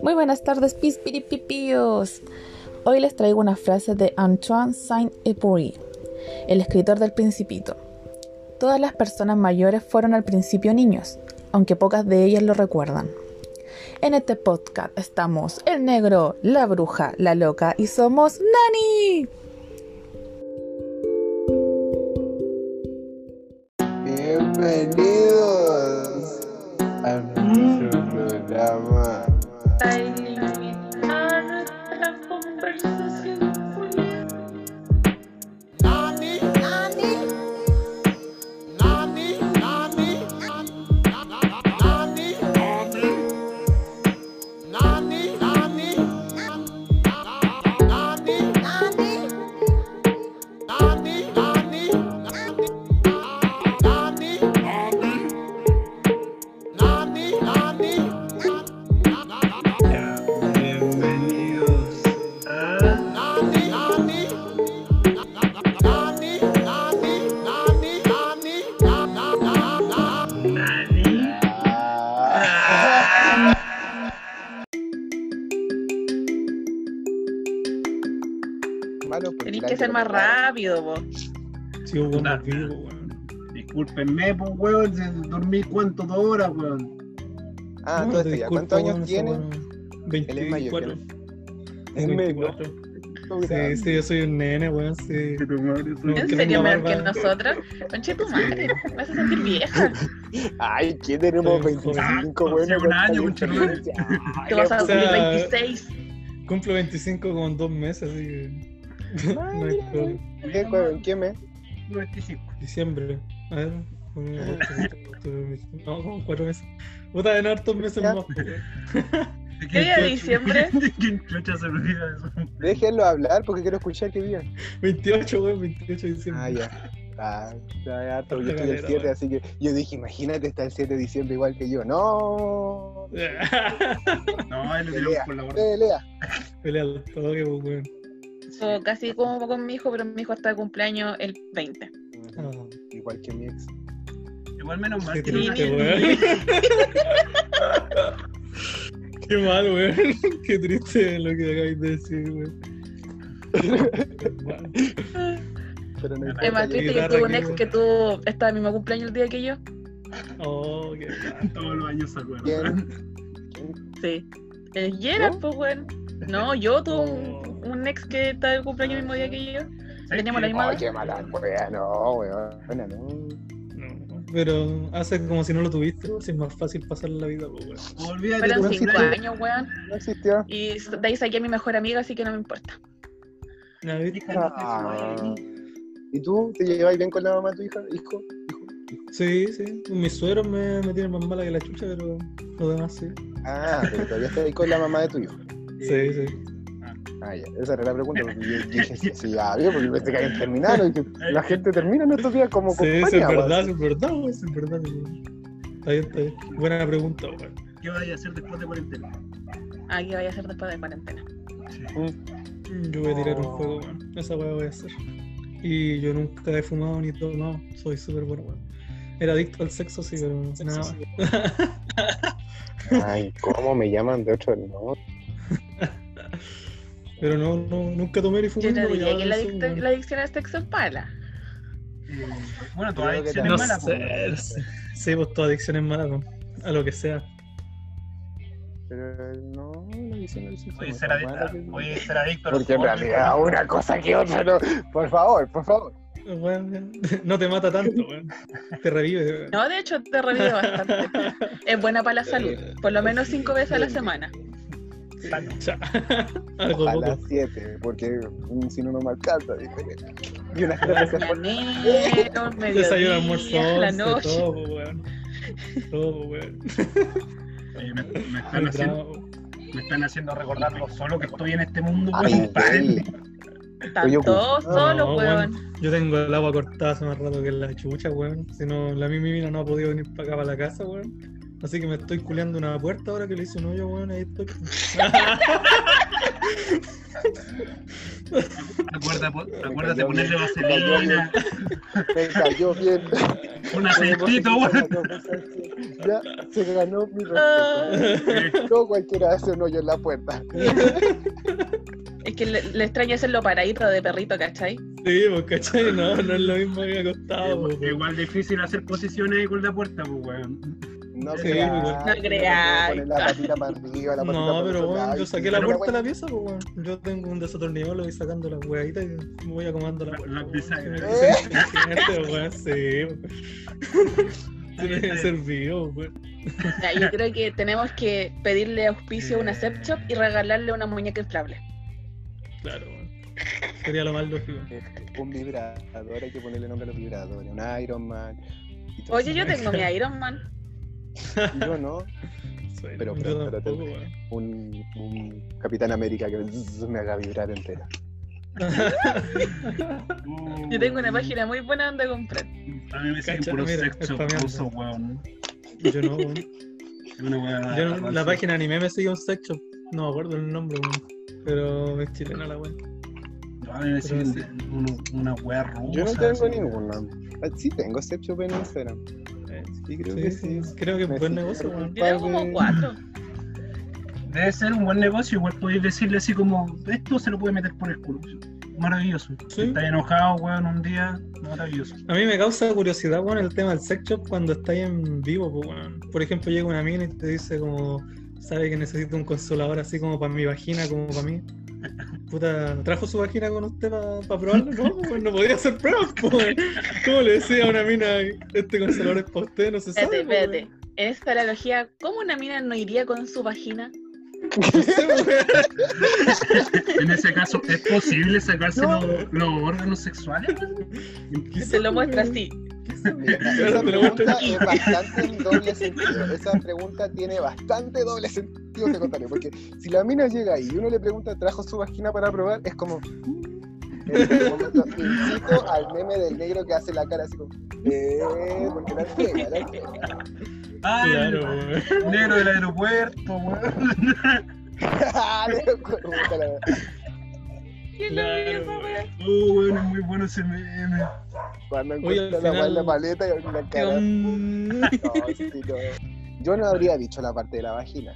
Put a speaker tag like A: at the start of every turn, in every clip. A: Muy buenas tardes, pispiripipios. Hoy les traigo una frase de Antoine Saint-Exupéry, el escritor del Principito. Todas las personas mayores fueron al principio niños, aunque pocas de ellas lo recuerdan. En este podcast estamos el negro, la bruja, la loca y somos Nani.
B: Bienvenidos a nuestro programa.
C: para eliminar nuestra conversación.
B: Bienvenidos a
C: Nadie.
B: Malo por
C: Tenés
B: el
C: que ser
B: año,
C: más
B: ¿verdad?
C: rápido, vos.
D: Sí, hubo una vida, weón. Discúlpenme, pues, weón, se- dormí cuánto, dos horas, weón.
B: Ah,
E: No,
B: entonces
E: te
B: ya.
E: disculpo,
B: ¿Cuántos años
E: bueno,
B: tiene?
E: esa weá.
B: Él es mayor,
D: 24.
E: Es
B: medio.
E: 24. Sí, sí, yo soy un nene, weón. Sí.
D: Que tu
E: No,
D: madre se-
C: ¿En serio
E: que tenga
C: mayor que
E: barba.
C: nosotros? Conche tu madre, me hace sentir vieja.
B: Ay, ¿quién tenemos
E: Estoy joven.
B: 25
D: Ah,
B: buenos?
D: hace un año, un chorro.
C: Te vas a
E: o sea,
C: cumplir 26.
E: Cumplo 25 con dos meses, así que.
B: Ah,
E: no hay problema.
B: ¿Qué, weón? ¿Qué mes?
D: 95.
E: Diciembre. A ver. junio, agosto, septiembre, octubre, No, como cuatro meses. Puta, en hartos meses
B: Ya.
E: más. pues, weón.
C: ¿Qué día de diciembre?
D: ¿Quién chucha se olvida de eso?
B: Déjenlo hablar porque quiero escuchar que digan.
E: 28, weón, 28 de diciembre.
B: Ah, ya. Ah, ya, ya, harto, porque
E: Otra
B: estoy el
E: galera,
B: 7,
E: weón.
B: así que yo dije, imagínate estar el 7 de diciembre igual que yo. No.
D: No, ahí lo tiramos por la borda.
B: Pelea.
E: Pelea al toque, pues, weón.
C: O casi como con mi hijo, pero mi hijo está de cumpleaños el 20.
E: Ah,
B: Igual que mi ex.
D: Igual menos mal
E: qué
D: que no
E: triste,
D: nació.
E: weón. Qué mal, weón. Qué triste lo que acabáis de decir, weón. Bueno,
B: Pero
E: Ah,
B: no
C: Es más
B: importa,
C: triste que
E: Guitarra
C: tuvo un
E: aquí,
C: ex
E: weón.
C: que tuvo esta misma cumpleaños el día que yo.
E: Oh, qué mal.
D: Todos los años se acuerdan.
B: ¿Quién?
C: Sí. El Gerard, pues, weón. No, yo tuve un, un ex que está de cumpleaños el mismo día que yo. Teníamos la misma
B: Ay,
C: edad.
B: qué mala, wea, no, weón. Bueno, no.
E: No, pero hace como si no lo tuviste, si es más fácil pasar la vida, pues, weón.
D: Olvídate de
C: Fueron
D: tu
C: cinco
D: cumpleaños.
C: años, weón.
B: No existió.
C: Y de ahí saqué a mi mejor amiga, así que no me importa.
E: ¿Ya viste?
D: Hija, no te
B: Ah.
D: sueñes.
B: ¿Y tú? ¿Te llevas bien con la mamá de tu hija? ¿Hijo?
E: Sí, sí. Mis suegros me, me tienen más mala que la chucha, pero lo demás sí.
B: Ah, pero todavía estás ahí con la mamá de tu hijo.
E: Sí,
B: Eh,
E: sí.
B: Ah, ya, esa era la pregunta. Porque yo dije, sí, sí, ya, yo, porque pensé que habían terminado. y que la gente termina en estos días como
E: Sí, eso es
B: compañía, weón.
E: verdad, eso es verdad, weón. eso es verdad, weón. Está bien, está bien. Buena pregunta, weón.
D: ¿Qué vas a hacer después de cuarentena?
C: Ah, ¿qué vaya a hacer después de cuarentena?
E: Mm, Yo voy a tirar un fuego, weón. Esa weá voy a hacer. Y yo nunca he fumado ni tomado. Soy súper bueno, weón. Era adicto al sexo, sí, pero nada más.
B: Ay, ¿cómo me llaman de otro nombre?
E: Pero no, no, nunca tomé ni
C: Yo
E: fumé.
C: no
E: no,
C: diría
E: ya,
C: que la,
E: eso,
C: adic-
E: weón.
C: la adicción este al sexo es mala.
D: Eh,
B: Creo
D: Bueno, toda
B: que también.
D: adicción
E: No
D: es mala. pues,
E: sé, sí. sí, pues tu adicción es mala, weón. A lo que sea.
B: Pero no, no dicen eso.
D: Oye, ser adicto, oye, ser adicto a los
B: Porque en
D: jugadores,
B: realidad una cosa que otra no. Por favor, por favor.
E: Weón, no te mata tanto, weón. Te revive, weón.
C: No, de hecho, te revive bastante. Es buena para la salud. Por lo menos cinco veces a la semana.
D: sano.
E: Cha. Algo
B: A las
E: poco.
B: 7, porque mm, si no, no me alcanza. dice. Y unas gracias por
C: Mañanero,
E: Desayuno,
C: mediodía,
E: almuerzo,
C: la
E: once,
C: noche.
E: todo, weón. Todo, weón.
D: Oye, me, me
E: Al
D: están haciendo,
E: trago.
D: me están haciendo recordar lo solo que estoy en este mundo.
B: Ay,
D: weón.
B: sí.
C: Están
B: Oye,
C: todos
E: no,
C: solos,
E: no,
C: weón.
E: Yo tengo el agua cortada hace más rato que la chucha, weón. Si no, la mimi mina no ha podido venir para acá, para la casa, weón. Así que me estoy culeando una puerta ahora que le hice un hoyo, weón. Ahí estoy.
D: Acuérdate, po-
B: Me
D: acuérdate
B: cayó
D: ponerle
B: bien. Me cayó bien.
D: vaselina.
B: Me cayó bien.
D: Un aceitito, weón.
B: Ya se ganó mi respeto.
C: Ah,
B: No cualquiera hace un hoyo en la puerta.
C: es que le, le extraña hacerlo paradito de perrito, ¿cachai?
E: Sí, pues, ¿cachai? No, no es lo mismo que
B: Ah,
E: acostado, pues,
D: Igual- Igual difícil hacer posiciones ahí con la puerta, pues, weón.
B: No
E: Sí,
B: creas.
C: no creas.
B: Poner la patita para arriba, la patita
E: No,
B: para
E: pero
B: otro
E: bueno,
B: lado,
E: yo
B: y-
E: saqué la
B: pero
E: puerta de
B: bueno,
E: la pieza, pues bueno. Yo tengo un desatornillador, lo voy sacando las hueaditas y me voy acomodando la
D: La-
E: puerta.
D: las
E: weón.
D: bisagras.
E: Si me
B: Eh.
E: quisiste, weón, sí. Si me
D: Este,
E: había servido, weón.
C: Ya, yo creo que tenemos que pedirle auspicio a una sex shop y regalarle una muñeca inflable.
E: Claro, weón. Sería lo más lógico.
B: Un vibrador, hay que ponerle nombre a los vibradores. Un Iron Man. y todo
C: Oye,
B: eso.
C: yo tengo mi Iron Man.
B: Yo no.
E: Suena,
B: Pero-
E: yo
B: pero- pero
E: tampoco,
B: te-
E: weón.
B: Un, un Capitán América que me- me haga vibrar entera.
C: Yo tengo una página muy buena donde comprar.
D: uh, A mí me siguen
E: Cacha,
D: puros
E: mira,
D: sex shop
E: spameando.
D: rusos, weón.
E: Yo no, weón.
D: Es una
B: Ah,
D: weá
E: Yo no- la
D: rusa.
E: página anime me sigue un sex shop. No me acuerdo el nombre, weón. Pero es chilena la weón.
D: A mí me siguen
E: Pero
D: uno- una weá rusa.
B: Yo no tengo
D: así.
B: ninguna. Ah, Sí tengo Step Shop en Instagram.
E: Eh,
B: Sí, creo que
E: Sí,
B: sí.
E: sí, creo que es
B: Me
E: buen
B: sigue
E: negocio, weón.
C: Yo tengo como cuatro.
D: Debe ser un buen negocio, igual podéis decirle así como, esto se lo puede meter por el culo. Maravilloso.
E: Sí.
D: Estás enojado, weón, un día, maravilloso.
E: A mí me causa curiosidad, weón, el tema del sex shop cuando estáis en vivo, pues, weón. Por ejemplo, llega una mina y te dice como, sabe que necesito un consolador así como para mi vagina, como para mí. Puta, ¿trajo su vagina con usted para probarlo? No, pues, no podía hacer pruebas, pues. weón. ¿Cómo le decía a una mina, este consolador es para usted? No se sabe,
C: Espérate,
E: pues,
C: espérate.
B: eh.
C: En esta analogía, ¿cómo una mina no iría con su vagina?
E: weón. No sé, weón.
D: En ese caso, ¿es posible sacarse los, los órganos sexuales?
C: Se lo muestra así.
B: Mira,
E: Claro,
B: Esa
E: te lo muestro.
B: pregunta es bastante en doble sentido. Esa pregunta tiene bastante doble sentido, te contaré. Porque si la mina llega ahí y uno le pregunta, ¿trajo su vagina para probar? Es como. mm, En este momento, incito al meme del negro que hace la cara así como. Eh, porque la entrega, la entrega.
D: Ah,
E: Claro, weón.
D: el negro del aeropuerto, weón.
C: Yo no vi
E: Claro,
C: esa
E: weón.
C: wea.
D: Oh, weón, es muy bueno ese meme.
B: Cuando
E: Oye, al
B: encuentra la,
E: final-
B: la maleta y la
E: Que,
B: cara.
E: um,
B: No, sí, no. Yo no habría dicho la parte de la vagina.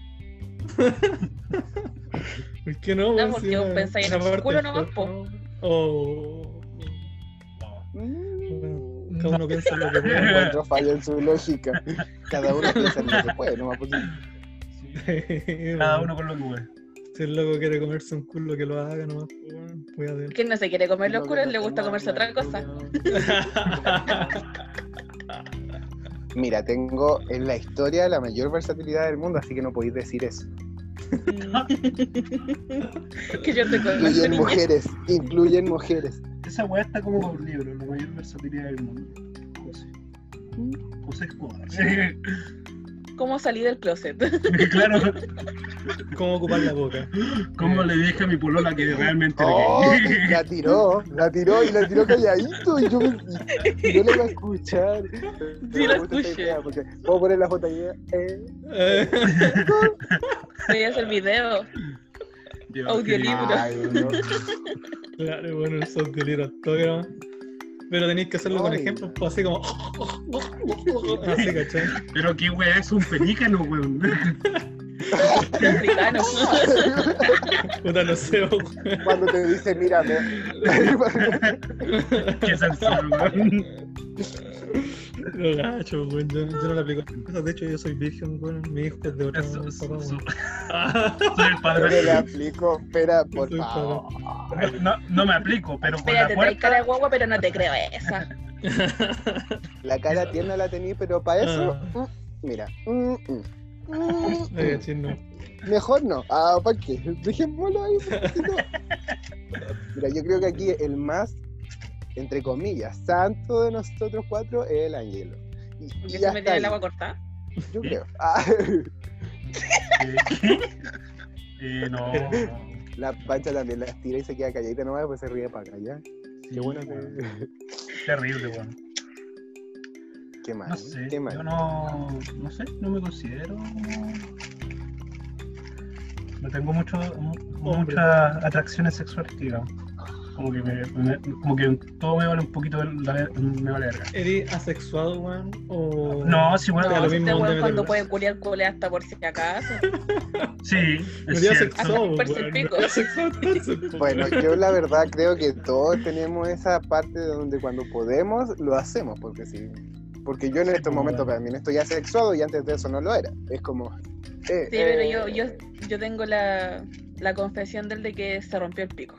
E: ¿Por qué no?
C: No,
E: weón?
C: porque
E: Si
C: vos
E: una-
C: pensáis en
E: una
C: el
E: parte
C: culo nomás,
E: es-
C: po.
E: Oh.
B: Mm.
E: Cada uno piensa lo que
B: No
E: puede.
B: encuentro fallo en su lógica. Cada uno piensa en lo que puede, no más porque
D: Cada uno con lo que weón.
E: Si el loco quiere comerse un culo, que lo haga nomás. pues, weón. Voy a hacer.
C: Que no se quiere comer los
B: Lo
C: culos,
B: que
C: le
B: no
C: gusta
B: toma
C: comerse
B: la
C: otra cosa.
B: Mira, tengo en la historia la mayor versatilidad del mundo, así que no podéis decir eso.
C: Es que yo te conozco,
B: Incluyen
C: niña.
B: mujeres, incluyen mujeres.
D: Esa weá está como por libro, la mayor versatilidad del mundo. José.
C: Mm.
D: José Escobar.
C: ¿Cómo salí del closet?
D: claro,
E: ¿Cómo ocupar la boca?
D: ¿cómo le dije a mi polola que realmente era
B: Oh,
D: gay?
B: la tiró, la tiró y la tiró calladito y yo, me- y yo la iba a escuchar.
C: Sí, la
B: Me gusta esta
C: escuché.
B: idea, porque Puedo poner la foto ahí. eh.
E: Eh,
C: Voy a hacer video.
D: Yo,
C: Audiolibro.
D: qué-
B: Ay, no.
E: claro, bueno, el software autógrafo. Pero tenéis que hacerlo con
B: Ay.
E: ejemplos, pues, así como. Así, ¿cachai?
D: Pero qué weá es un pelícano, weón.
C: Africano.
E: Puta, no sé. weón.
B: Cuando te dice, mírame.
D: Qué salsero, weón.
E: Lo gacho, weón. Yo, yo no la aplico. De hecho, yo soy virgen, weón. Mi hijo es de otro.
D: So- so-
E: papá,
D: so-
E: weón. Ah,
D: Soy el
B: Yo no le
D: padre.
B: aplico, espera, por
E: Soy
B: favor.
D: No, no me aplico, pero con la
C: Espérate, traes
D: puerta.
C: cara de guagua, pero no te creo esa.
B: La cara tierna la tení, pero para eso, mira. mm, mm. Mm,
E: no, cachai, no.
B: Mejor no. Ah, ¿para qué? Dejémoslo ahí. un poquito. Mira, yo creo que aquí el más, entre comillas, santo de nosotros cuatro es el Angelo. Y, y
C: Porque
B: ya
C: se me
B: está
C: tiene
B: ahí,
C: el agua cortada.
B: Yo creo. Ah,
D: Eh, no.
B: la pancha también la tira y se queda calladita nomás, después se ríe para acá, ¿ya?
D: Qué
B: buena
D: Terrible, weón.
B: Qué mal,
D: No sé.
B: qué
D: Yo
B: mal.
D: no. No sé, no me considero. No tengo mucho, mu-
E: Hombre.
D: muchas atracciones sexuales, digamos. como que, me, me- como que todo me vale un poquito, la- me vale verga.
E: ¿Eres asexuado, weón? O...
D: No, sí, bueno,
E: da
C: No,
E: lo
C: si
E: mismo
C: este
E: donde
C: weón
E: me
C: cuando
E: te
C: puede culiar, culea hasta por si acaso.
D: sí,
E: Me
D: es
E: dio
D: cierto.
E: asexuado,
C: Por si
E: weón. Me
C: pico.
E: dio asexuado entonces, po,
B: Bueno,
E: weón.
B: yo la verdad creo que todos tenemos esa parte de donde cuando podemos lo hacemos, porque sí. Porque yo en
D: Sí,
B: estos
D: pues,
B: momentos
D: bueno.
B: también estoy asexuado y antes de eso no lo era. Es como. eh,
C: Sí, pero
B: eh,
C: yo, yo, yo tengo la, la confesión del de que se rompió el pico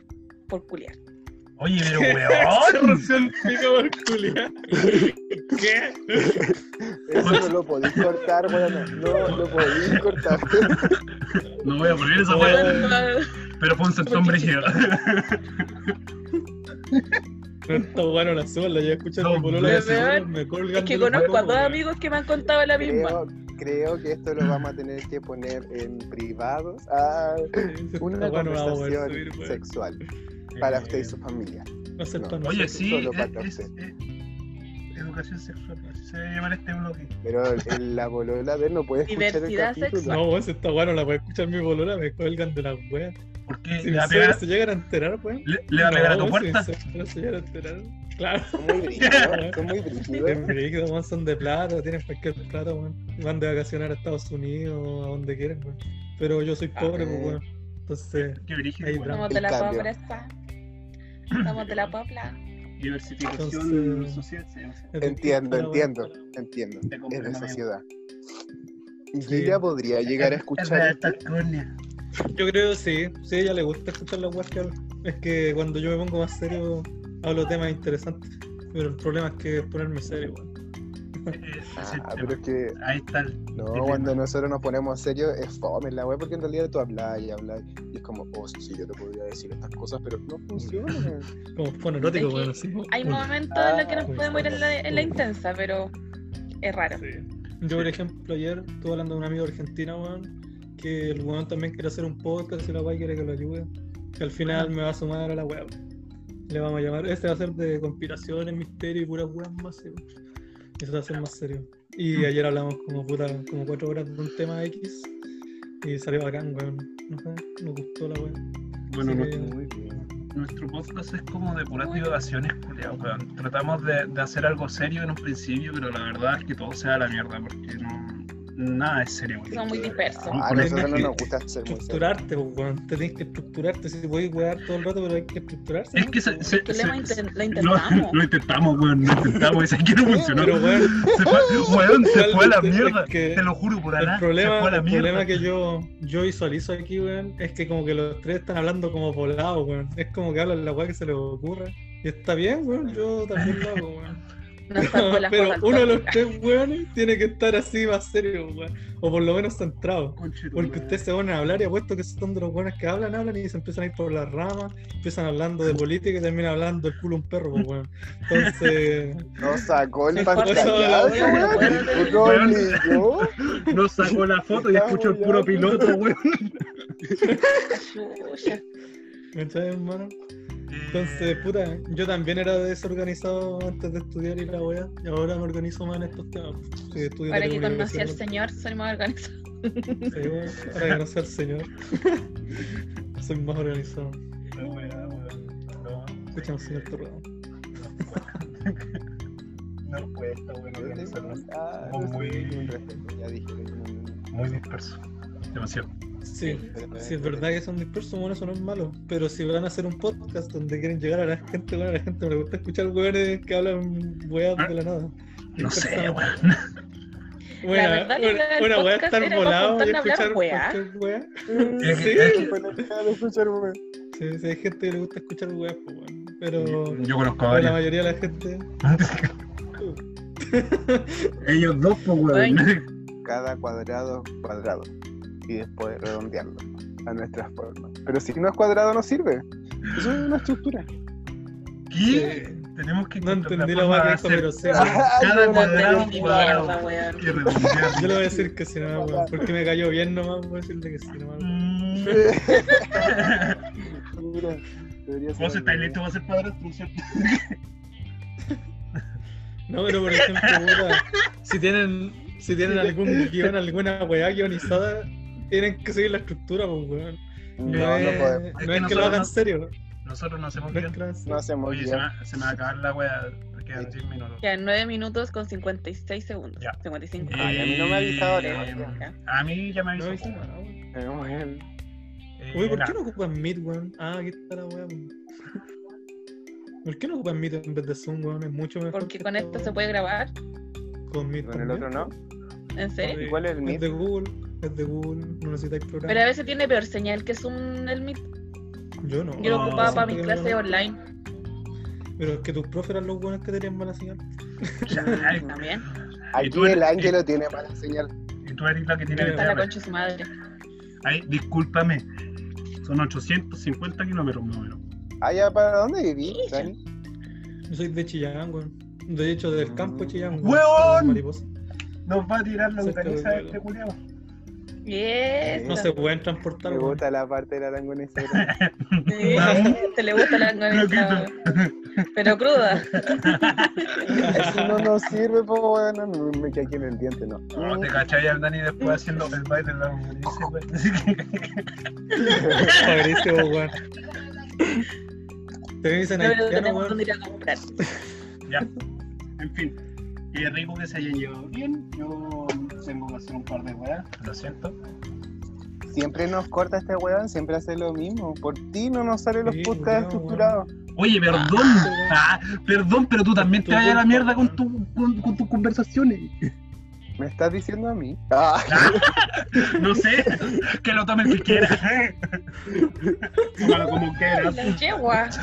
C: por culiar.
D: Oye, pero
E: Se
D: weón.
E: roció el pico por culiar. ¿Qué?
B: Eso no lo podéis cortar, bueno, no lo podéis cortar.
D: No voy a poner esa weón.
C: Bueno,
D: Pero fue un sentón brígido.
E: No está bueno la suela, yo escucho
D: No,
E: a mi polola
D: weón.
E: decir, weón, me colgan
C: Es que
E: de los
C: conozco a
E: huevos,
C: dos
E: weón.
C: amigos que me han contado la misma.
B: Creo, creo que esto lo vamos a tener que poner en privados. Ah, una
E: Esta weá no la vamos a poder
B: conversación
E: subir, pues. weón.
B: sexual para usted y su familia.
E: Va a ser
B: No.
E: para
D: Oye,
E: nosotros.
D: sí,
B: Solo para
D: es, es- es- educación sexual, así se debe llamar este bloque.
B: Pero el- la bolola de él no puede escuchar el
C: Diversidad
B: capítulo.
E: No, weón, si esta weá no la puede escuchar mi polola, me colgan de la weá.
D: Porque
E: Si
D: le va a
E: mis
D: pegar,
E: suegros se llegan a enterar, weón.
D: le, le va a pegar a
E: No,
D: tu
E: weón, si
D: puerta.
E: mis suegros se llegan a enterar. Claro.
B: Son muy brígidos, son muy brígidos.
E: Tienen brígido, weón, son de plata, tienen cualquier plata, weón. Van de vacacionar a Estados Unidos, a donde quieran, weón. Pero yo soy pobre, pues,
B: eh.
E: weón. Entonces,
D: Qué brígido,
E: Ahí,
D: weón.
E: bravo.
C: Somos de la
B: En cambio.
C: pobreza. Somos de la popla.
D: Diversificación
E: Entonces-
D: social se llama.
E: es
B: Entiendo,
E: distinto, weón.
B: entiendo, entiendo.
D: Te comprendo,
B: Es de esa
D: amigo.
B: ciudad. Y
E: Sí.
B: ella podría llegar a
D: Es de
B: escuchar.
D: alta alcurnia.
E: Yo creo que sí, sí, a ella le gusta escuchar las weas que hablo. Es que cuando yo me pongo más serio, hablo temas interesantes. Pero el problema es que es ponerme serio, weón.
D: Ese es el
B: Ah,
D: tema.
B: pero es que
D: Ahí está el
B: no,
D: dilema.
B: cuando nosotros nos ponemos serios es fome la web porque en realidad tú hablas y hablas y es como, oh, sí, yo te podría decir estas cosas, pero no funciona.
E: Como fue erótico,
C: Es que
E: weón, así.
C: Hay
E: Uy.
C: momentos en los que nos podemos ir en la, en la intensa, pero es raro.
E: Yo, por ejemplo, ayer estuve hablando de un amigo argentino, weón, que el weón también quiere hacer un podcast y la weá quiere que lo ayude. Que al final me va a sumar a la weá. weón. Le vamos a llamar, este va a ser de conspiraciones, misterio y puras weas más, sí, weón. Eso va a ser más serio. Y ayer hablamos como puta, como cuatro horas de un tema X y salió bacán, weón. No sé, nos gustó la weá.
D: Bueno,
E: Sí.
D: nuestro,
B: Ah,
D: nuestro podcast es como de puras divagaciones, culiao, weón. Tratamos de, de hacer algo serio en un principio, pero la verdad es que todo se da a la mierda, porque no, nada es serio, weón.
C: Son muy dispersos.
B: Ah, a
D: Con
B: nosotros no
D: esto-
B: nos gusta ser muy serios.
E: Estructurarte, pues, weón. Te tienes que estructurarte. Si te podés wear todo el rato, pero hay que estructurarse.
D: Es
E: ¿no?
D: que se, se-
C: Que
D: se-
C: lo, hemos inten- lo
D: lo,
C: intentamos.
D: lo intentamos, weón, lo intentamos, esa que no funcionó.
E: Pero weón.
D: Se fue, weón, se fue a la
E: Realmente,
D: mierda.
E: es que
D: Te lo juro por
E: El
D: Alá, se
E: problema,
D: fue a la
E: el
D: mierda.
E: problema que yo, yo visualizo aquí, weón, es que como que los tres están hablando como volados, weón. Es como que hablan la weá que se les ocurre. Y está bien, weón, yo también lo hago, weón.
C: Nos sacó las
E: Pero
C: cosas
E: uno de los
C: tóxicas.
E: tres weones tiene que estar así más serio, weón. O por lo menos centrado.
D: Conche tu
E: Porque
D: madre.
E: ustedes se van a hablar y apuesto que son de los weones que hablan, hablan y se empiezan a ir por las ramas, empiezan hablando de política y terminan hablando el culo a un perro, pues, weón. Entonces,
B: Nos sacó el
C: Se corta
B: pantallazo,
E: la
C: wea,
B: weón.
C: weón.
B: Tú no leyó.
D: No sacó la foto y escucho el puro piloto, weón.
C: Chucha.
E: ¿me entiendes, hermano? Entonces, puta, yo también era desorganizado antes de estudiar y la weá, y ahora me organizo más en estos temas. Sí, estudio
C: Para que conocí
E: telecomunicación,
C: al señor, soy más organizado.
E: sí, weón, Para que conocí al señor. Soy más organizado.
D: La weá, weón. No,
E: Escúchame, señor Torrado.
D: No fue esta weón organizarlo.
B: Ah, no
D: Muy-
B: sé, ningún respeto, ya dije.
D: Muy disperso. Demasiado.
E: Sí, si es verdad que son dispersos, bueno, eso no es malo. Pero si van a hacer un podcast donde quieren llegar a la gente, bueno, a la gente no le gusta escuchar weones que hablan weas de la nada.
D: No sé,
E: Dispersado.
D: weón.
E: Bueno,
C: La verdad, la
E: bueno,
C: idea del
E: bueno, voy a
C: podcast
E: estar
C: era
E: volado y
C: juntarnos a hablar
E: escuchar
C: weá.
E: cualquier wea.
D: Es
E: Sí.
D: que-
B: Fue la primera vez que escuché el momento.
E: Sí, sí, hay gente que le gusta escuchar weas, pues, weón. Pero
D: Yo conozco a
E: pero la
D: varios.
E: mayoría de la gente.
D: Ellos dos, pues, weón.
B: cada cuadrado cuadrado y después redondearlo a nuestras formas. Pero si no es cuadrado no sirve. Eso es una estructura.
D: ¿Qué? Tenemos que
E: No
D: encontrar
E: entendí la wea
D: forma
E: que
D: de
E: dijo, pero sí.
D: hacer
B: Ay,
E: weón.
D: Cada
B: no,
C: No
D: cuadrado,
C: entendí mierda,
D: cuadrado.
C: weón.
D: Y redondear.
E: Yo le voy a decir que sí, nomás, weón. Porque me cayó bien nomás, voy a decirle que sí, nomás. weón.
D: Mm.
B: Mira, debería ser
D: Vos
B: algo.
D: estáis listos para ser padrastro, ¿cierto?
E: No, pero por ejemplo, puta, si tienen, si tienen algún guión, alguna weá guionizada, tienen que seguir la estructura, pues, weón.
B: No,
E: No,
B: no
E: es,
B: podemos.
E: no
D: Es
E: es que
D: que
E: lo
D: nosotros
E: hagan
D: no-
E: serio.
D: Nosotros no hacemos bien.
E: Nuestras.
B: No hacemos
D: Oye, se
B: bien.
D: me, se me va a acabar la wea. Quedan 10 minutos.
C: Ya, 9 minutos con 56 segundos.
D: Ya.
C: 55.
E: Eh,
B: Ay, a mí no me ha avisado, Leo.
D: Eh, A mí ya me
E: No
D: avisó.
E: avisa nada, weón.
B: Eh, bueno.
D: Eh,
E: Oye, ¿por
D: nada.
E: qué no ocupan Meet, weón? Ah, aquí está la weá, weón. ¿Por qué no ocupan Meet en vez de Zoom, weón? Es mucho mejor.
C: Porque
E: que
C: con
E: esta
C: esto
E: weá.
C: se puede grabar.
E: Con Meet.
B: Con el
E: también.
B: otro no.
C: ¿En serio?
D: Eh,
B: ¿Y cuál es el
E: Es
B: mito?
E: de Google, es de Google, no necesitáis programa.
C: Pero a veces tiene peor señal que Zoom el Meet.
E: Yo no. Ah,
C: Yo lo
D: No,
C: ocupaba para mis
E: siempre que
C: clases
E: no.
C: online
E: Pero es que tus profes eran los buenos que tenían mala señal.
D: Ay,
C: también.
D: ¿Y
B: Aquí
D: tú eres-
B: el ángelo tiene mala señal.
D: Y tú eres la que tiene que
C: Está la
D: tener.
C: concha de su madre.
D: Ay, discúlpame. Son 850 kilómetros más o menos.
B: Allá para dónde viví, Dani?
E: Yo soy de Chillán, weón. De hecho,
B: Mm.
E: del campo de Chillán, weón.
D: ¡Weón!
E: Mariposa.
D: Nos va a tirar la
E: Cerca
D: organiza
E: del
D: este culiao.
C: Bien.
E: No se pueden transportar,
B: Me
E: weón.
B: gusta la parte de la langonecera.
C: Sí,
D: Vamos.
C: te le gusta la langonesa. Pero cruda.
B: Eso no nos sirve, pues bueno, no me quedé aquí en el diente, no.
D: No te cachai al Dani después haciendo el baile de la organiza, güey. Así que-
E: Padrísimo, weón. Te dicen
C: No, pero
E: haitiano,
C: tenemos dónde
E: weón.
C: ir a comprar.
D: Ya. En fin. Eh, rico que se hayan llevado bien. Yo tengo que hacer un par de weas. Lo siento.
B: Siempre nos corta este weón, siempre hace lo mismo. Por ti no nos salen los
E: Sí,
B: podcasts
E: culiao,
B: estructurados.
D: Oye, perdón. Ah, perdón, pero tú también te
E: Tu
D: vas a la
E: culpa,
D: mierda con,
E: weón.
D: tu- con- con tus conversaciones.
B: ¿Me estás diciendo a mí? Ah,
D: No sé. Que lo tome el que quiera. Tómalo como quieras.
C: Las yeguas.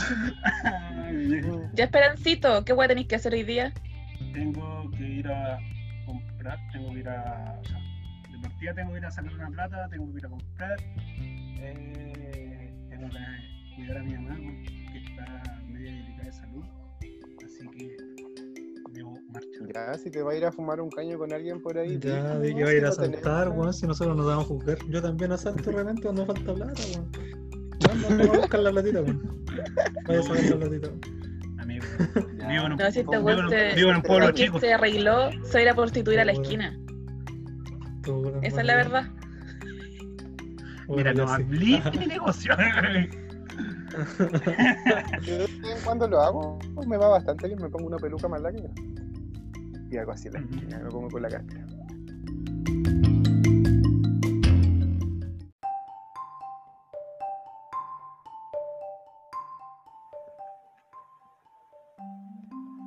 C: Ya, Esperancito, ¿qué hueá tenéis que hacer hoy día?
D: tengo que ir a comprar, tengo que ir a. o sea, de partida tengo que ir a sacar una plata, tengo que ir a comprar. eh, tengo que cuidar a mi mamá porque está media delicada de salud. Así que debo marchar.
B: ya, si te va a ir a fumar un caño con alguien por ahí.
E: Ya,
B: di,
E: de que
B: no,
E: va a
B: si
E: ir a
B: no tenés-
E: saltar, weón, si nosotros nos vamos a juzgar. Yo también asalto de repente cuando falta plata, weón. Vamos, vamos a buscar la platita, weón. Vaya a sacar la platita, weón.
D: Amigo,
B: Ya.
D: vivo en un,
C: No, si este
D: vivo
C: weón
D: en un-
C: se-
D: vivo en un pueblo
B: Pero
C: Aquí
D: chico.
C: se arregló, soy la prostituir a la esquina.
E: Todo, weón,
C: Esa es la verdad.
E: Weón,
D: Mira,
E: ya
D: no
E: sí.
D: hablé de mi negocio.
B: Yo de vez en cuando lo hago, me va bastante bien, me pongo una peluca más larga y hago así en la esquina, me pongo por la cara.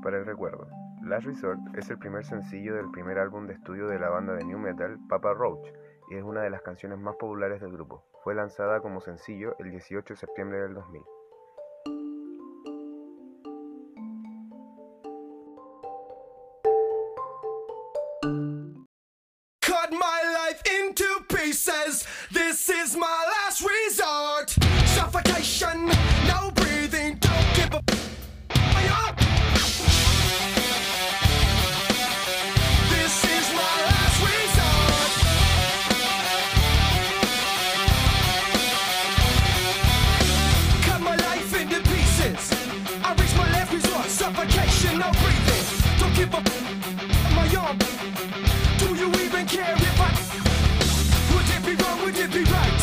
B: Para el recuerdo, Last Resort es el primer sencillo del primer álbum de estudio de la banda de new metal Papa Roach y es una de las canciones más populares del grupo. Fue lanzada como sencillo el 18 de septiembre del 2000.
F: Cut my life into pieces. This is my last resort. Suffocation, no breathing. Don't give a. Up. This is my last resort. Cut my life into pieces. I reach my last resort. Suffocation, no breathing. Don't give up my arm. Do you even care if I Would it be wrong, would it be right?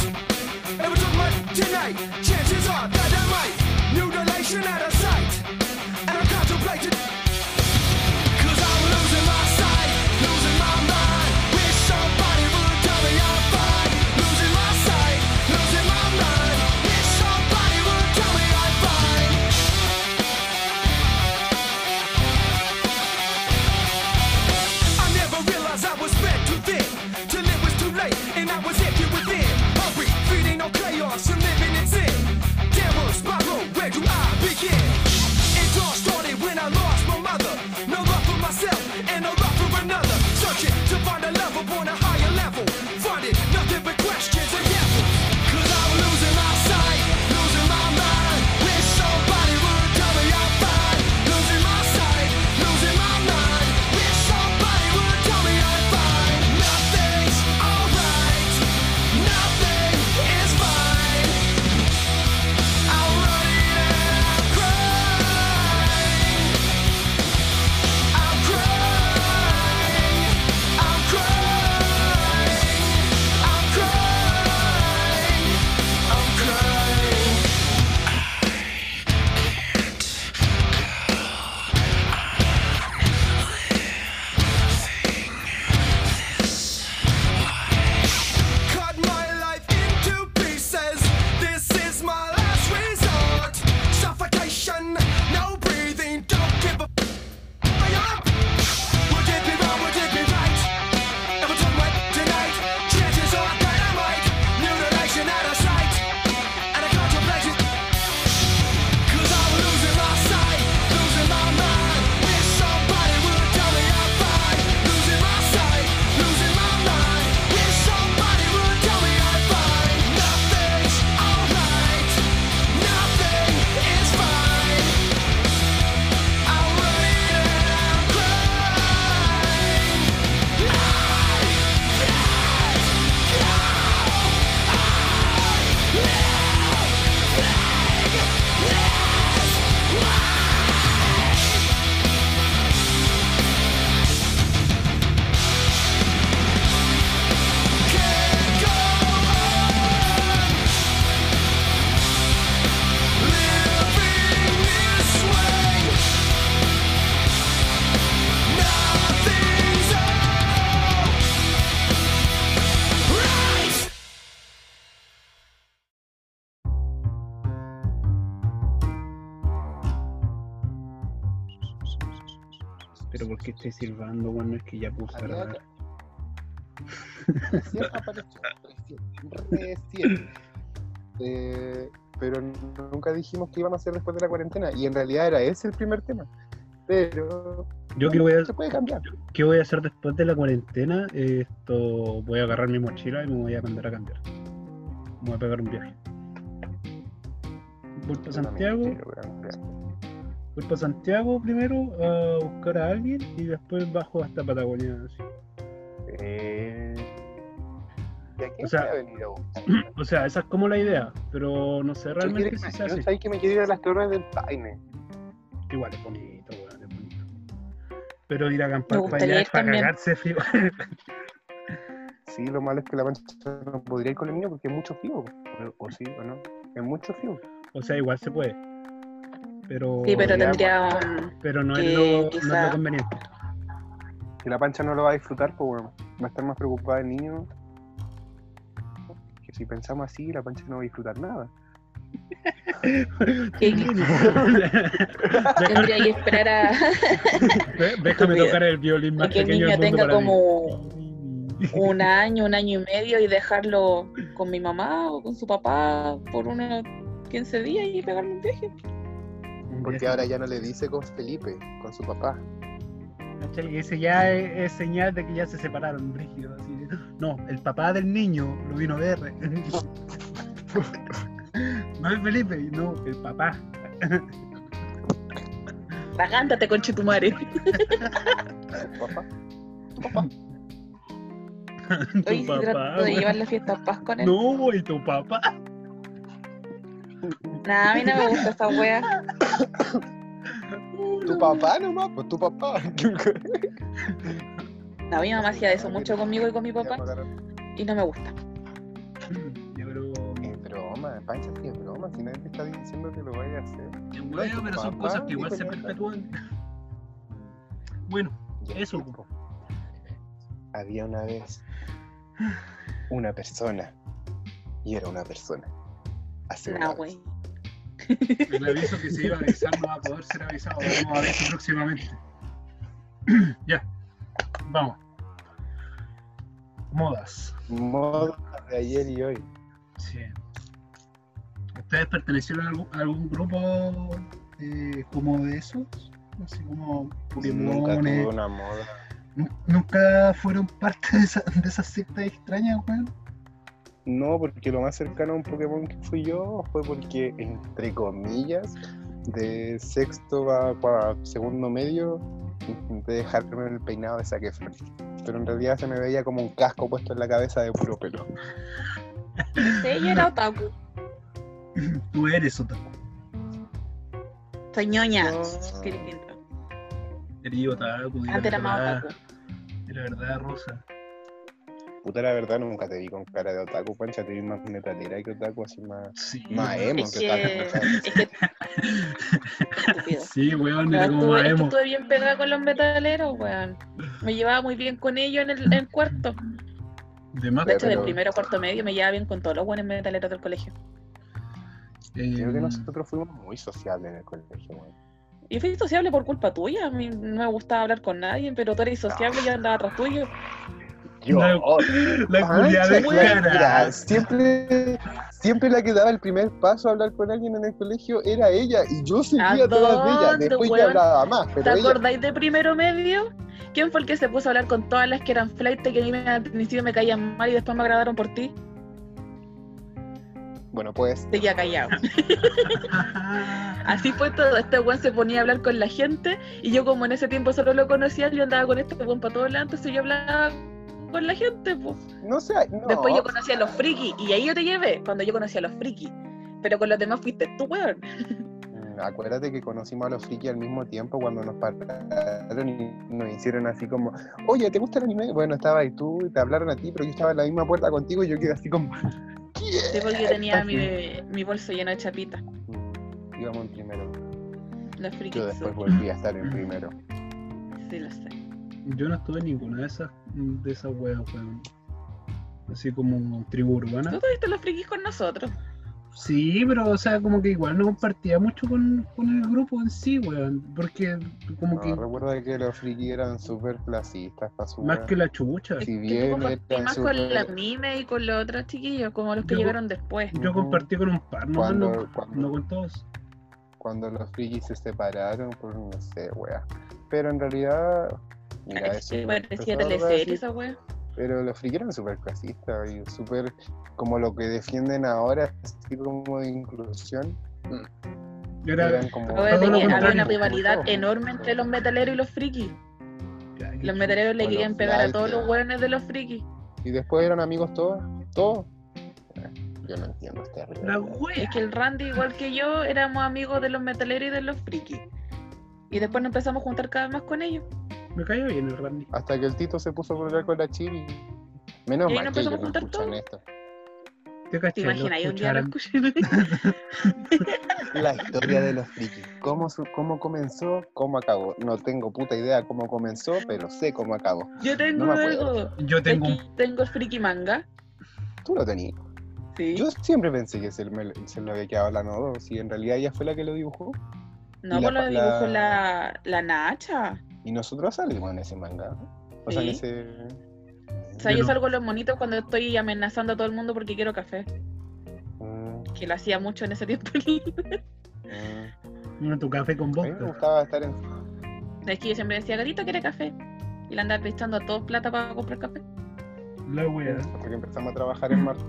F: Ever took my tonight? Chances are that I might Mutilation out of sight And I'm contemplating Cause I'm losing my sight Losing my mind Wish somebody would tell me I'm fine Losing my sight Losing my mind Wish somebody would tell me I'm fine I never realized I was spread too thin Till it was too late and I was empty within Hungry, feeding on chaos and living in sin Terror, spiral, where do I begin? It all started when I lost my mother No love for myself and no love for another Searching to find a love upon a higher level Finding nothing but questions and devils Cause I'm losing my sight, losing my mind Wish somebody would tell me I'm fine Losing my sight, losing my mind Wish somebody would tell me I'm fine Nothing's alright, nothing is fine I'm running and I'm crying I'm crying, I'm crying
D: Pero ¿por qué estoy silbando, weón? No es que ya puse a
B: Había
D: grabar.
B: Recién apareció, recién. recién. Eh, pero nunca dijimos qué íbamos a hacer después de la cuarentena. Y en realidad era ese el primer tema. Pero
D: Yo que voy a,
B: se puede cambiar.
D: ¿Qué voy a hacer después de la cuarentena? Esto, voy a agarrar mi mochila y me voy a mandar a cambiar. Me voy a pegar un viaje. Voy para Santiago, voy para Santiago primero a buscar a alguien y después bajo hasta Patagonia. así.
B: Eh, ¿De aquí
D: O sea,
B: voy a venir a buscar?
D: O sea, esa es como la idea, pero no sé
B: Yo
D: realmente
B: quiero-
D: si se
B: yo
D: hace.
B: sabía que me quiero ir a las torres del Paine.
D: Igual es bonito, weón, es bonito. Pero ir a acampar
C: Me
D: para
C: gustaría
D: allá
C: ir
D: es para
C: también.
D: cagarse frío.
B: Sí, lo malo es que la mancha no podría ir con el niño porque es mucho frío. O, o sí, o no. Es mucho frío.
D: o sea, igual se puede. Pero,
C: Sí, pero
B: Podríamos.
C: tendría un...
D: pero no,
C: que
D: es lo, no es
C: quizá-
D: lo conveniente.
B: Si la pancha no lo va a disfrutar, pues bueno, va a estar más preocupada el niño. Que si pensamos así, la pancha no va a disfrutar nada.
C: que
D: Déjame-
C: tendría que esperar a,
D: Dé- Déjame
C: Estúpida.
D: tocar el violín más
C: a que el
D: pequeño
C: niño
D: del mundo
C: tenga
D: para ti.
C: como un año, un año y medio y dejarlo con mi mamá o con su papá por unos 15 días y pegarle un viaje.
B: Porque ahora ya no le dice con Felipe, con su papá.
D: ¿Cachai? Y ese ya es, es señal de que ya se separaron, brígido. así de, No, el papá del niño lo vino a ver. No es Felipe, no, el papá.
C: Agántate, conchetumare.
B: Papá.
D: Tu
C: Hoy sí
D: papá.
C: trato de
D: güey.
C: llevar la fiesta a paz con él.
D: No, güey, tu papá.
C: Nah, a mí no me gusta esa wea.
B: Tu papá nomás, pues tu papá.
C: No, mi mamá hacía eso mucho conmigo y con mi papá y no me gusta.
D: Ya, pero.
B: Es broma, pancha, sí, es broma. Si nadie te está diciendo que lo vaya a hacer.
D: Bueno, pero son
B: papá
D: cosas que igual
B: dijo
D: se
B: que no.
D: perpetúan. Bueno,
B: Ya,
D: Eso,
B: sí, po. Había una vez una persona y era una persona. Hace una
C: Nah,
B: vez.
C: wey.
D: el aviso que se iba a avisar no va a poder ser avisado. Vamos a ver si próximamente. ya, vamos. Modas.
B: Moda de ayer y hoy.
D: Sí. ¿Ustedes pertenecieron a algún, a algún grupo eh, como de esos? Así como
B: Nunca
D: Pokémones.
B: tuve una moda.
D: Nu- ¿Nunca fueron parte de, esa- de esas sectas extrañas, weón?
B: No, porque lo más cercano a un Pokémon que fui yo fue porque, entre comillas, de sexto a, cua- segundo medio, intenté dejarme el peinado de Zac Efron. Pero en realidad se me veía como un casco puesto en la cabeza de puro pelo.
C: Sí, yo era otaku.
D: Tú eres otaku.
C: Soy ñoña.
B: No.
C: Qué distinto.
D: Eres otaku. y
C: Antes
D: la
C: era más
D: verdad,
C: otaku.
D: y la verdad, Rosa.
B: Puta, la verdad, nunca te vi con cara de otaku, pancha, te vi más metalera que otaku, así más,
D: Sí.
B: más emo
C: Es
B: que
C: que.
B: otaku. ¿cachai?
C: Es que. Estúpido.
D: Sí, weón,
C: No,
D: era como
C: estuve, es que
D: emo.
C: estuve bien pegada con los metaleros, weón. Me llevaba muy bien con ellos en el, en cuarto.
D: De más,
C: De hecho, del
B: Pero-
C: primero a cuarto medio me llevaba bien con todos los buenos metaleros del colegio.
D: eh,
B: Creo que nosotros fuimos muy sociables en el colegio, weón.
C: Y fui sociable por culpa tuya. A mí no me gustaba hablar con nadie, pero tú eres sociable y yo andaba atrás tuyo.
B: Yo,
D: La- La
B: Ah,
D: culia de
B: Pancha, la- mira,
D: cara.
B: siempre, siempre la que daba el primer paso a hablar con alguien en el colegio era ella, y yo seguía
C: ¿A
B: todas de ella.
C: dónde,
B: Después ya
C: weón?
B: hablaba más,
C: ¿Te
B: pero ella.
C: acordáis de primero medio? ¿Quién fue el que se puso a hablar con todas las que eran flight que a mí me, al principio me caían mal y después me agradaron por ti?
B: Bueno, pues,
C: Seguía callado. Así fue todo. Este weón se ponía a hablar con la gente y yo como en ese tiempo solo lo conocía, yo andaba con este weón para todos lados, entonces yo hablaba con la gente. po.
B: no sé, no.
C: Después yo conocí a los frikis y ahí yo te llevé, cuando yo conocí a los frikis. Pero con los demás fuiste tú, weón.
B: Mm, Acuérdate que conocimos a los friki al mismo tiempo cuando nos pararon y nos hicieron así como, oye, ¿te gusta el anime? Bueno, estaba ahí tú, y te hablaron a ti, pero yo estaba en la misma puerta contigo y yo quedé así como,
C: Sí, porque yo tenía mi, mi bolso lleno de chapitas.
B: íbamos en primero.
C: Los frikis.
B: Yo después
C: son-
B: volví a estar en primero.
C: Sí, lo sé.
D: Yo no estuve en ninguna de esas, de esas weas, weón. Así como tribu urbana.
C: Tú tuviste los frikis con nosotros.
D: Sí, pero, o sea, como que igual no compartía mucho con, con el grupo en sí, weón. Porque, como
B: No,
D: que,
B: recuerda que los friki eran súper clasistas para su
D: más
B: weá.
D: que la chubucha.
B: Si
C: Es que
B: bien
C: tú compartí
B: eran
C: más con
B: súper-
C: la mime y con los otros chiquillos, como los que
D: Yo-
C: llegaron después.
D: Yo compartí con un par, no,
B: Cuando-
D: no,
B: cuando-
D: no con todos.
B: cuando los frikis se separaron por no sé, weá. Pero en realidad, mira,
C: Ay,
B: eso
C: que parecía
B: empezó a hablar
C: teleserie
B: así,
C: esa wea.
B: Pero los frikis eran súper clasistas y súper como lo que defienden ahora, así como de inclusión.
D: Era,
B: eran como
D: Todo
C: Wea de
D: lo
C: que había
D: contrario.
C: una rivalidad enorme entre los metaleros y los frikis. Los metaleros le
B: Con
C: querían
B: los
C: pegar a todos
B: flacos.
C: los hueones de los frikis.
B: Y después eran amigos todos, todos. Eh, Yo no entiendo este
D: La
B: rival.
D: wea.
C: Es que el Randy, igual que yo, éramos amigos de los metaleros y de los frikis. Y después nos empezamos a juntar cada vez más con ellos.
D: Me cayó bien el Randy.
B: Hasta que el Tito se puso a pelear con la Chibi. Menos
C: Y ahí
B: mal
C: nos
B: que
C: empezamos
B: ellos
C: a
B: no
C: juntar
B: escuchan
C: todos.
B: esto.
D: Te
C: ¿Te
D: caché, lo
C: imaginas? Y un día lo
D: escucharan.
C: escuché.
B: La historia de los frikis. ¿Cómo, su- ¿Cómo comenzó? ¿Cómo acabó? No tengo puta idea cómo comenzó, pero sé cómo acabó.
C: Yo tengo
B: No me acuerdo.
C: algo.
D: Yo tengo
C: Es
D: un
C: que tengo el friki manga.
B: Tú lo tenías.
C: Sí.
B: Yo siempre pensé que se, me- se lo había quedado la Nodo, si en realidad ella fue la que lo dibujó.
C: no,
B: y
C: por
B: la-
C: lo dibujo
B: la-
C: la, la Nacha.
B: Y nosotros salimos en ese manga. O sea, en
C: Sí.
B: ese.
C: O sea,
D: Yo
C: yo,
D: no.
C: salgo en los monitos cuando estoy amenazando a todo el mundo porque quiero café.
B: Mm,
C: Que lo hacía mucho en ese tiempo. libre.
B: mm.
D: uno tu café con
B: A mí me
D: vodka.
B: gustaba estar en
C: es que yo siempre decía, Garito quiere café. Y le andaba prestando a todos plata para comprar café.
D: La wea.
B: hasta que empezamos a trabajar en marzo.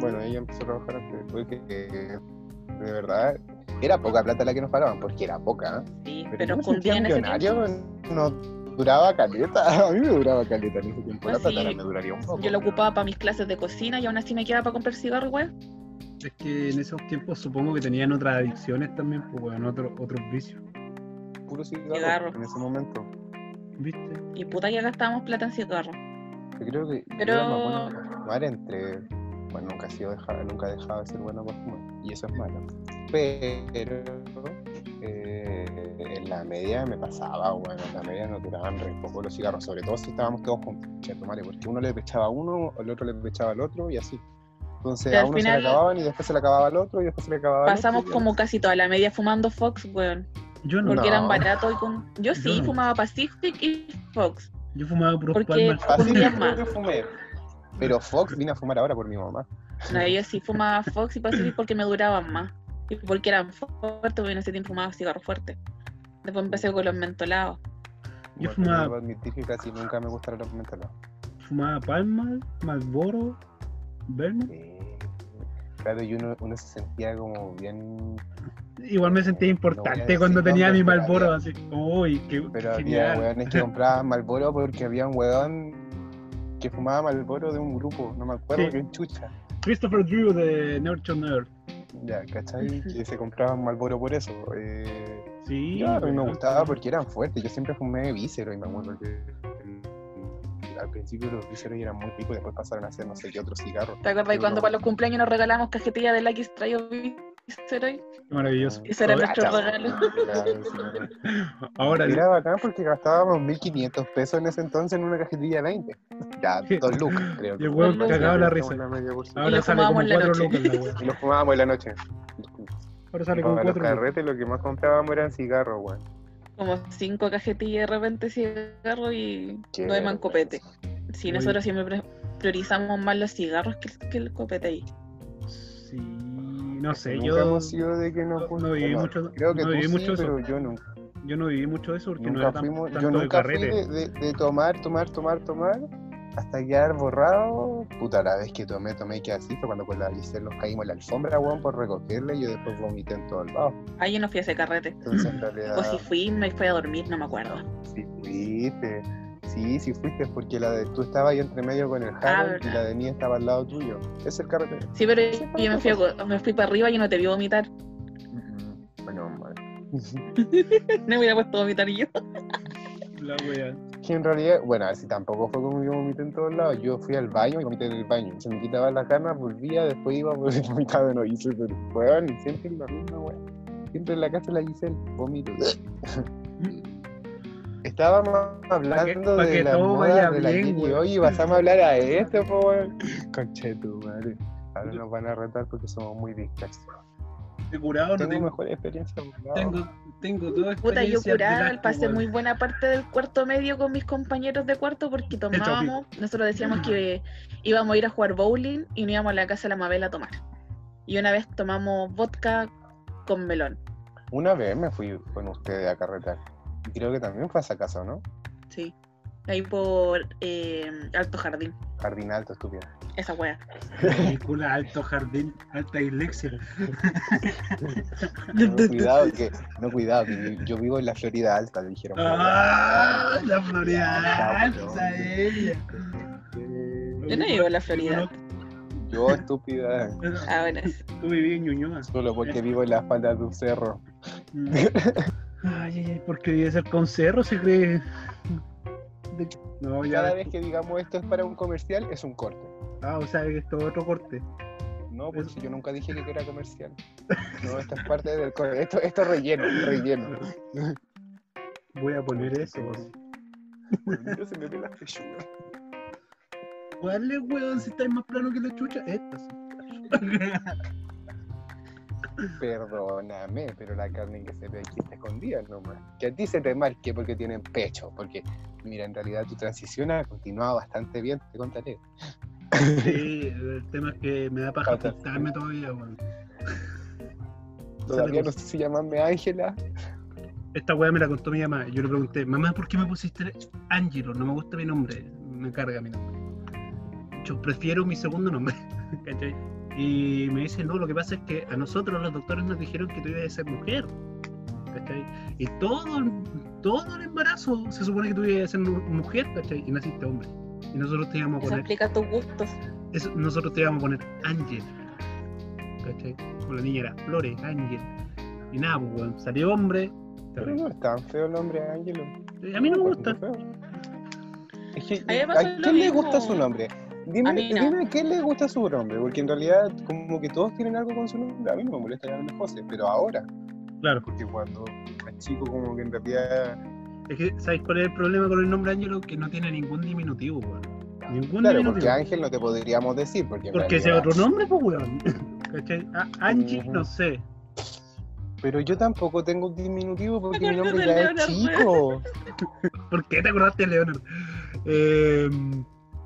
B: Bueno, ella empezó a trabajar antes, después que, que- de verdad era poca plata la que nos pagaban, porque era poca. ¿eh?
C: Sí,
B: Pero,
C: pero
B: yo me sentía
C: escondía en ese
B: millonario,
C: tiempo.
B: no duraba caleta, a mí me duraba caleta en ese tiempo,
C: Pues
B: la plata
C: sí,
B: ahora me duraría un poco.
C: Yo lo ocupaba para mis clases de cocina y aún así me quedaba para comprar cigarro, güey.
D: Es que en esos tiempos supongo que tenían otras adicciones también, pues weón, otro- otros vicios.
B: puro cigarro,
C: Cigarro.
B: en ese momento.
D: ¿Viste?
C: Y puta que gastábamos plata en cigarro.
B: Yo creo que
C: Pero-
B: yo era más bueno para fumar entre. Bueno, nunca he sido dejado, nunca he dejado de ser bueno para fumar. Y eso es malo. Pero eh, en la media me pasaba, bueno, en la media nos duraban re poco los cigarros, sobre todo si estábamos todos juntos, ¿cierto, Mario? Porque uno le pechaba a uno, el otro le pechaba al otro y así. Entonces
C: Pero
B: a
C: al
B: uno se
C: final-
B: le acababan y después se le acababa al otro y después se le acababa al otro.
C: Pasamos
B: y-
C: como casi toda la media fumando Fox, weón.
D: Yo no.
C: Porque eran
B: No.
C: baratos y con. Yo sí
D: Yo no.
C: fumaba Pacific y Fox.
D: Yo fumaba puros
C: Porque-
D: palmas.
B: Así
C: Fumé
B: que
C: más.
B: creo que fumé. Pero Fox vino a fumar ahora por mi mamá.
C: No, yo sí fumaba Fox y Pacific porque me duraban más. Y porque eran fuertes, porque en ese tiempo fumaba cigarro fuerte. Después empecé con los mentolados.
D: Yo
B: Bueno,
D: fumaba-
B: debo admitir que casi nunca me gustaron los mentolados.
D: Fumaba palmas, Malboro, Vermouth.
B: Sí. este, Claro, y uno, uno se sentía como bien.
D: Igual me sentía
B: No voy a
D: importante
B: decir
D: cuando tenía mi
B: nombres, pero
D: Malboro,
B: había-
D: así. Uy, qué, qué
B: Pero había
D: genial.
B: weones que compraban Malboro porque había un weón que fumaba Malboro de un grupo, no me acuerdo
D: Sí.
B: qué chucha.
D: Christopher Drew de Nerd on Earth.
B: Ya, ¿cachai? Que se compraban Malboro por eso. eh,
D: Sí.
B: Claro, a mí me
D: weón.
B: gustaba porque eran fuertes. Yo siempre fumé víscero y me acuerdo que mm, al principio los vísceros eran muy ricos y después pasaron a ser no sé qué otros cigarros.
C: ¿Te acuerdas
B: No.
C: cuando para los cumpleaños nos regalamos cajetilla de Lucky Strike o Viceroy?
D: Qué maravilloso.
B: Ah,
C: Ese era
D: Ahora-
C: nuestro
B: Cacha,
C: regalo.
B: weón.
D: Ahora,
B: Era bacán porque gastábamos 1500 pesos en ese entonces en una cajetilla de 20. Ya, dos lucas, creo.
D: Y el weón
B: Dos
D: cagado la
B: lucas,
D: risa.
B: una media bolsa.
D: ahora
C: lo
D: sale como
C: fumábamos en la
D: cuatro
C: noche.
D: lucas la weá.
B: Y nos fumábamos en la noche.
D: Ahora sale como
B: Para los
D: cuatro lucas.
B: carretes lo que más comprábamos eran cigarros, weón.
C: Como cinco cajetillas de repente cigarro y
B: Qué
C: no de copete. Sí,
D: Muy
C: nosotros siempre pre- priorizamos más los cigarros que, que el copete ahí.
D: Sí, no sé,
B: Nunca
D: yo.
B: hemos sido de que
D: no-
B: nos
D: no viví mucho-
B: Creo que
D: no
B: tú
D: viví
B: sí,
D: mucho eso.
B: pero yo nunca,
D: Yo no viví mucho eso porque no
B: nunca
D: era tan,
B: fuimos,
D: tanto
B: yo
D: de
B: nunca fui
D: carrete.
B: de, de- de tomar, tomar, tomar, tomar, hasta quedar borrado. Puta, la vez que tomé, tomé y quedé así, fue cuando con la Giselle nos caímos en la alfombra, weón, por recogerla y yo después vomité en todos lados.
C: Ah, yo no fui a ese carrete.
B: Entonces, en realidad...
C: O si fui, me fui a dormir, no me acuerdo.
B: Sí, fuiste. Sí, sí fuiste, porque la de, tú estabas ahí entre medio con el Harold y
C: verdad.
B: la de Nia estaba al lado tuyo. Es el carretero.
C: Sí, pero yo me fui, a- me fui para arriba y no te vi vomitar.
B: Bueno, mal.
C: No me hubiera puesto a vomitar yo.
D: La wea.
B: Que en realidad, bueno, así tampoco fue como yo vomité en todos lados. Yo fui al baño y vomité en el baño. Se me quitaba la ganas, volvía, después iba a vomitar de nuevo. Y soy, pero, weón, siempre en la misma, weón. Siempre en la casa de la Giselle, vomito. Estábamos hablando
D: pa'
B: de
D: que
B: la
D: todo
B: moda
D: vaya
B: de la
D: bien,
B: Jenny
D: weón.
B: hoy y pasamos a hablar a esto, po, weón. Conche tu madre. Ahora nos van a retar porque somos muy dictas.
D: De curado no
B: Tengo
D: tengo.
B: mejor experiencia. weón.
D: Tengo, tengo toda
C: Puta, yo
D: experiencia
C: curada,
D: pirata,
C: pasé
D: weón.
C: muy buena parte del cuarto medio con mis compañeros de cuarto porque tomábamos, nosotros decíamos que íbamos a ir a jugar bowling y no íbamos a la casa de la Mabel a tomar. Y una vez tomamos vodka con melón,
B: Una vez me fui con ustedes a carretar. Y Creo que también fue a esa casa, ¿no?
C: sí. Ahí por eh, Alto Jardín,
B: Jardín alto, estúpido.
C: esa wea.
D: Película Alto Jardín, Alta Ilexia.
B: No, cuidado, que, no, cuidado, que yo vivo en la Florida alta, le dijeron.
D: ¡Ah! La
B: Ya,
D: Florida Alta,
B: cabrón.
D: ella.
C: Yo no vivo en la Florida.
B: Yo, estúpida,
C: Ah, bueno, es-
D: Tú vivías en Ñuñoa.
B: solo porque vivo en la espalda de un cerro.
D: Ay, ay, ay, porque debe ser con cerro, se cree. De- No, ya.
B: Cada vez que digamos esto es para un comercial, es un corte.
D: Ah, o sea, que esto es otro corte.
B: No, porque yo nunca dije que era comercial. No, esto es parte del corte. Esto, esto es relleno, relleno.
D: Voy a poner eso.
B: Mira, se me ve la pechuga.
D: ¿Cuál es, weón? Si estáis más plano que la chucha. Esta sí.
B: Perdóname, pero la carne que se ve aquí está escondida nomás. Que a ti se te marque porque tienen pecho. Porque, mira, en realidad tu transición ha continuado bastante bien, te contaré.
D: Sí, el tema es que me da paja
B: Cata.
D: pintarme todavía, weón.
B: Todavía
D: pues.
B: no sé si llamarme Ángela.
D: Esta weá me la contó mi mamá. Yo le pregunté, mamá, ¿por qué me pusiste Ángelo? No me gusta mi nombre. Me carga mi nombre. Yo prefiero mi segundo nombre. ¿cachai? Y me dice, no, lo que pasa es que a nosotros los doctores nos dijeron que tú ibas a ser mujer. ¿cachai? Y todo, el- todo el embarazo se supone que tú ibas a ser mu- mujer, ¿cachai? Y naciste hombre. Y nosotros te íbamos a
C: eso
D: poner
C: explica tus gustos.
D: eso- nosotros te íbamos a poner Ángel. ¿Cachai? Con la niña era Flores, Ángel. Y nada, pues, weón, salió hombre.
B: Pero no es tan feo el nombre Ángelo.
D: Eh, A mí no me gusta.
B: Feo. Es que,
C: A mí me
B: ¿A
C: pasó lo
B: quién le
C: mismo.
B: gusta su nombre? Dime,
C: A mí no.
B: dime a quién le gusta su nombre, porque en realidad como que todos tienen algo con su nombre. A mí no me molesta llamarme José, pero ahora,
D: Claro.
B: porque cuando era chico como que en realidad...
D: Es que, ¿sabes cuál es el problema con el nombre Ángelo? Que no tiene ningún diminutivo, weón. Ningún
B: Claro, porque
D: diminutivo.
B: Ángel no te podríamos decir, porque... en
D: Porque ese es
B: realidad-
D: otro nombre, pues, weón. ¿Cachai? A- Angie,
B: Ujú.
D: no sé.
B: Pero yo tampoco tengo un diminutivo porque
C: Me
B: mi
C: acuerdo
B: nombre
C: del
B: ya es
C: Leonardo.
B: chico.
D: ¿Por qué te acordaste, Leonardo? Eh,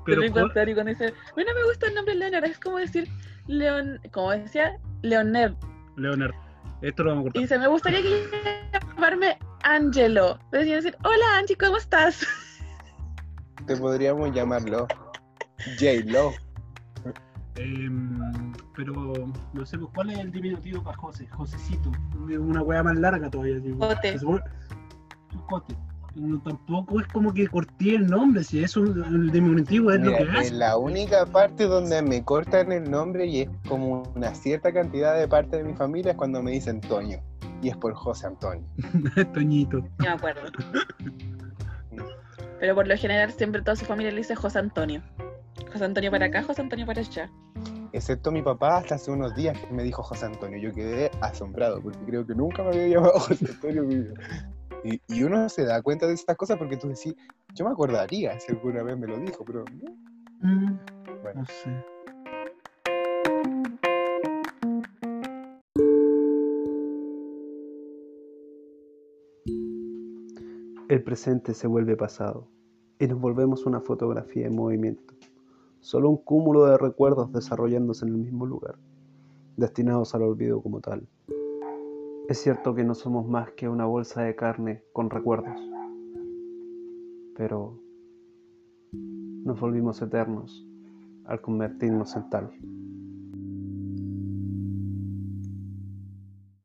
C: Pero
D: pero, jo-
C: con ese. A mí no me gusta el nombre Leonard, es como decir Leon, como decía, Leonard.
D: Leonardo, esto lo
C: Y
D: vamos a cortar.
C: dice, me gustaría que llamarme Angelo. Entonces yo decir, hola Angie, ¿cómo estás?
B: Te podríamos llamarlo J-Lo.
D: Em, pero, no sé, pues, ¿cuál es el diminutivo para José? Josecito. Una weá más larga todavía. así, weón.
C: Jote.
D: Se supone- Jote. No, tampoco es como que corté el nombre, si es un, el diminutivo es lo que
B: Mira,
D: hace.
B: es la única parte donde me cortan el nombre y es como una cierta cantidad de parte de mi familia es cuando me dicen Toño. Y es por José Antonio.
D: Toñito.
C: No me acuerdo. Pero por lo general siempre toda su familia le dice José Antonio. José Antonio para acá, José Antonio para allá.
B: Excepto mi papá hasta hace unos días que me dijo José Antonio. Yo quedé asombrado porque creo que nunca me había llamado José Antonio. en mi vida. Y, y uno se da cuenta de estas cosas porque tú decís, yo me acordaría si alguna vez me lo dijo, pero no.
D: Mm,
B: Bueno.
D: No sé.
G: El presente se vuelve pasado y nos volvemos una fotografía en movimiento, solo un cúmulo de recuerdos desarrollándose en el mismo lugar, destinados al olvido como tal. Es cierto que no somos más que una bolsa de carne con recuerdos, pero nos volvimos eternos al convertirnos en tal.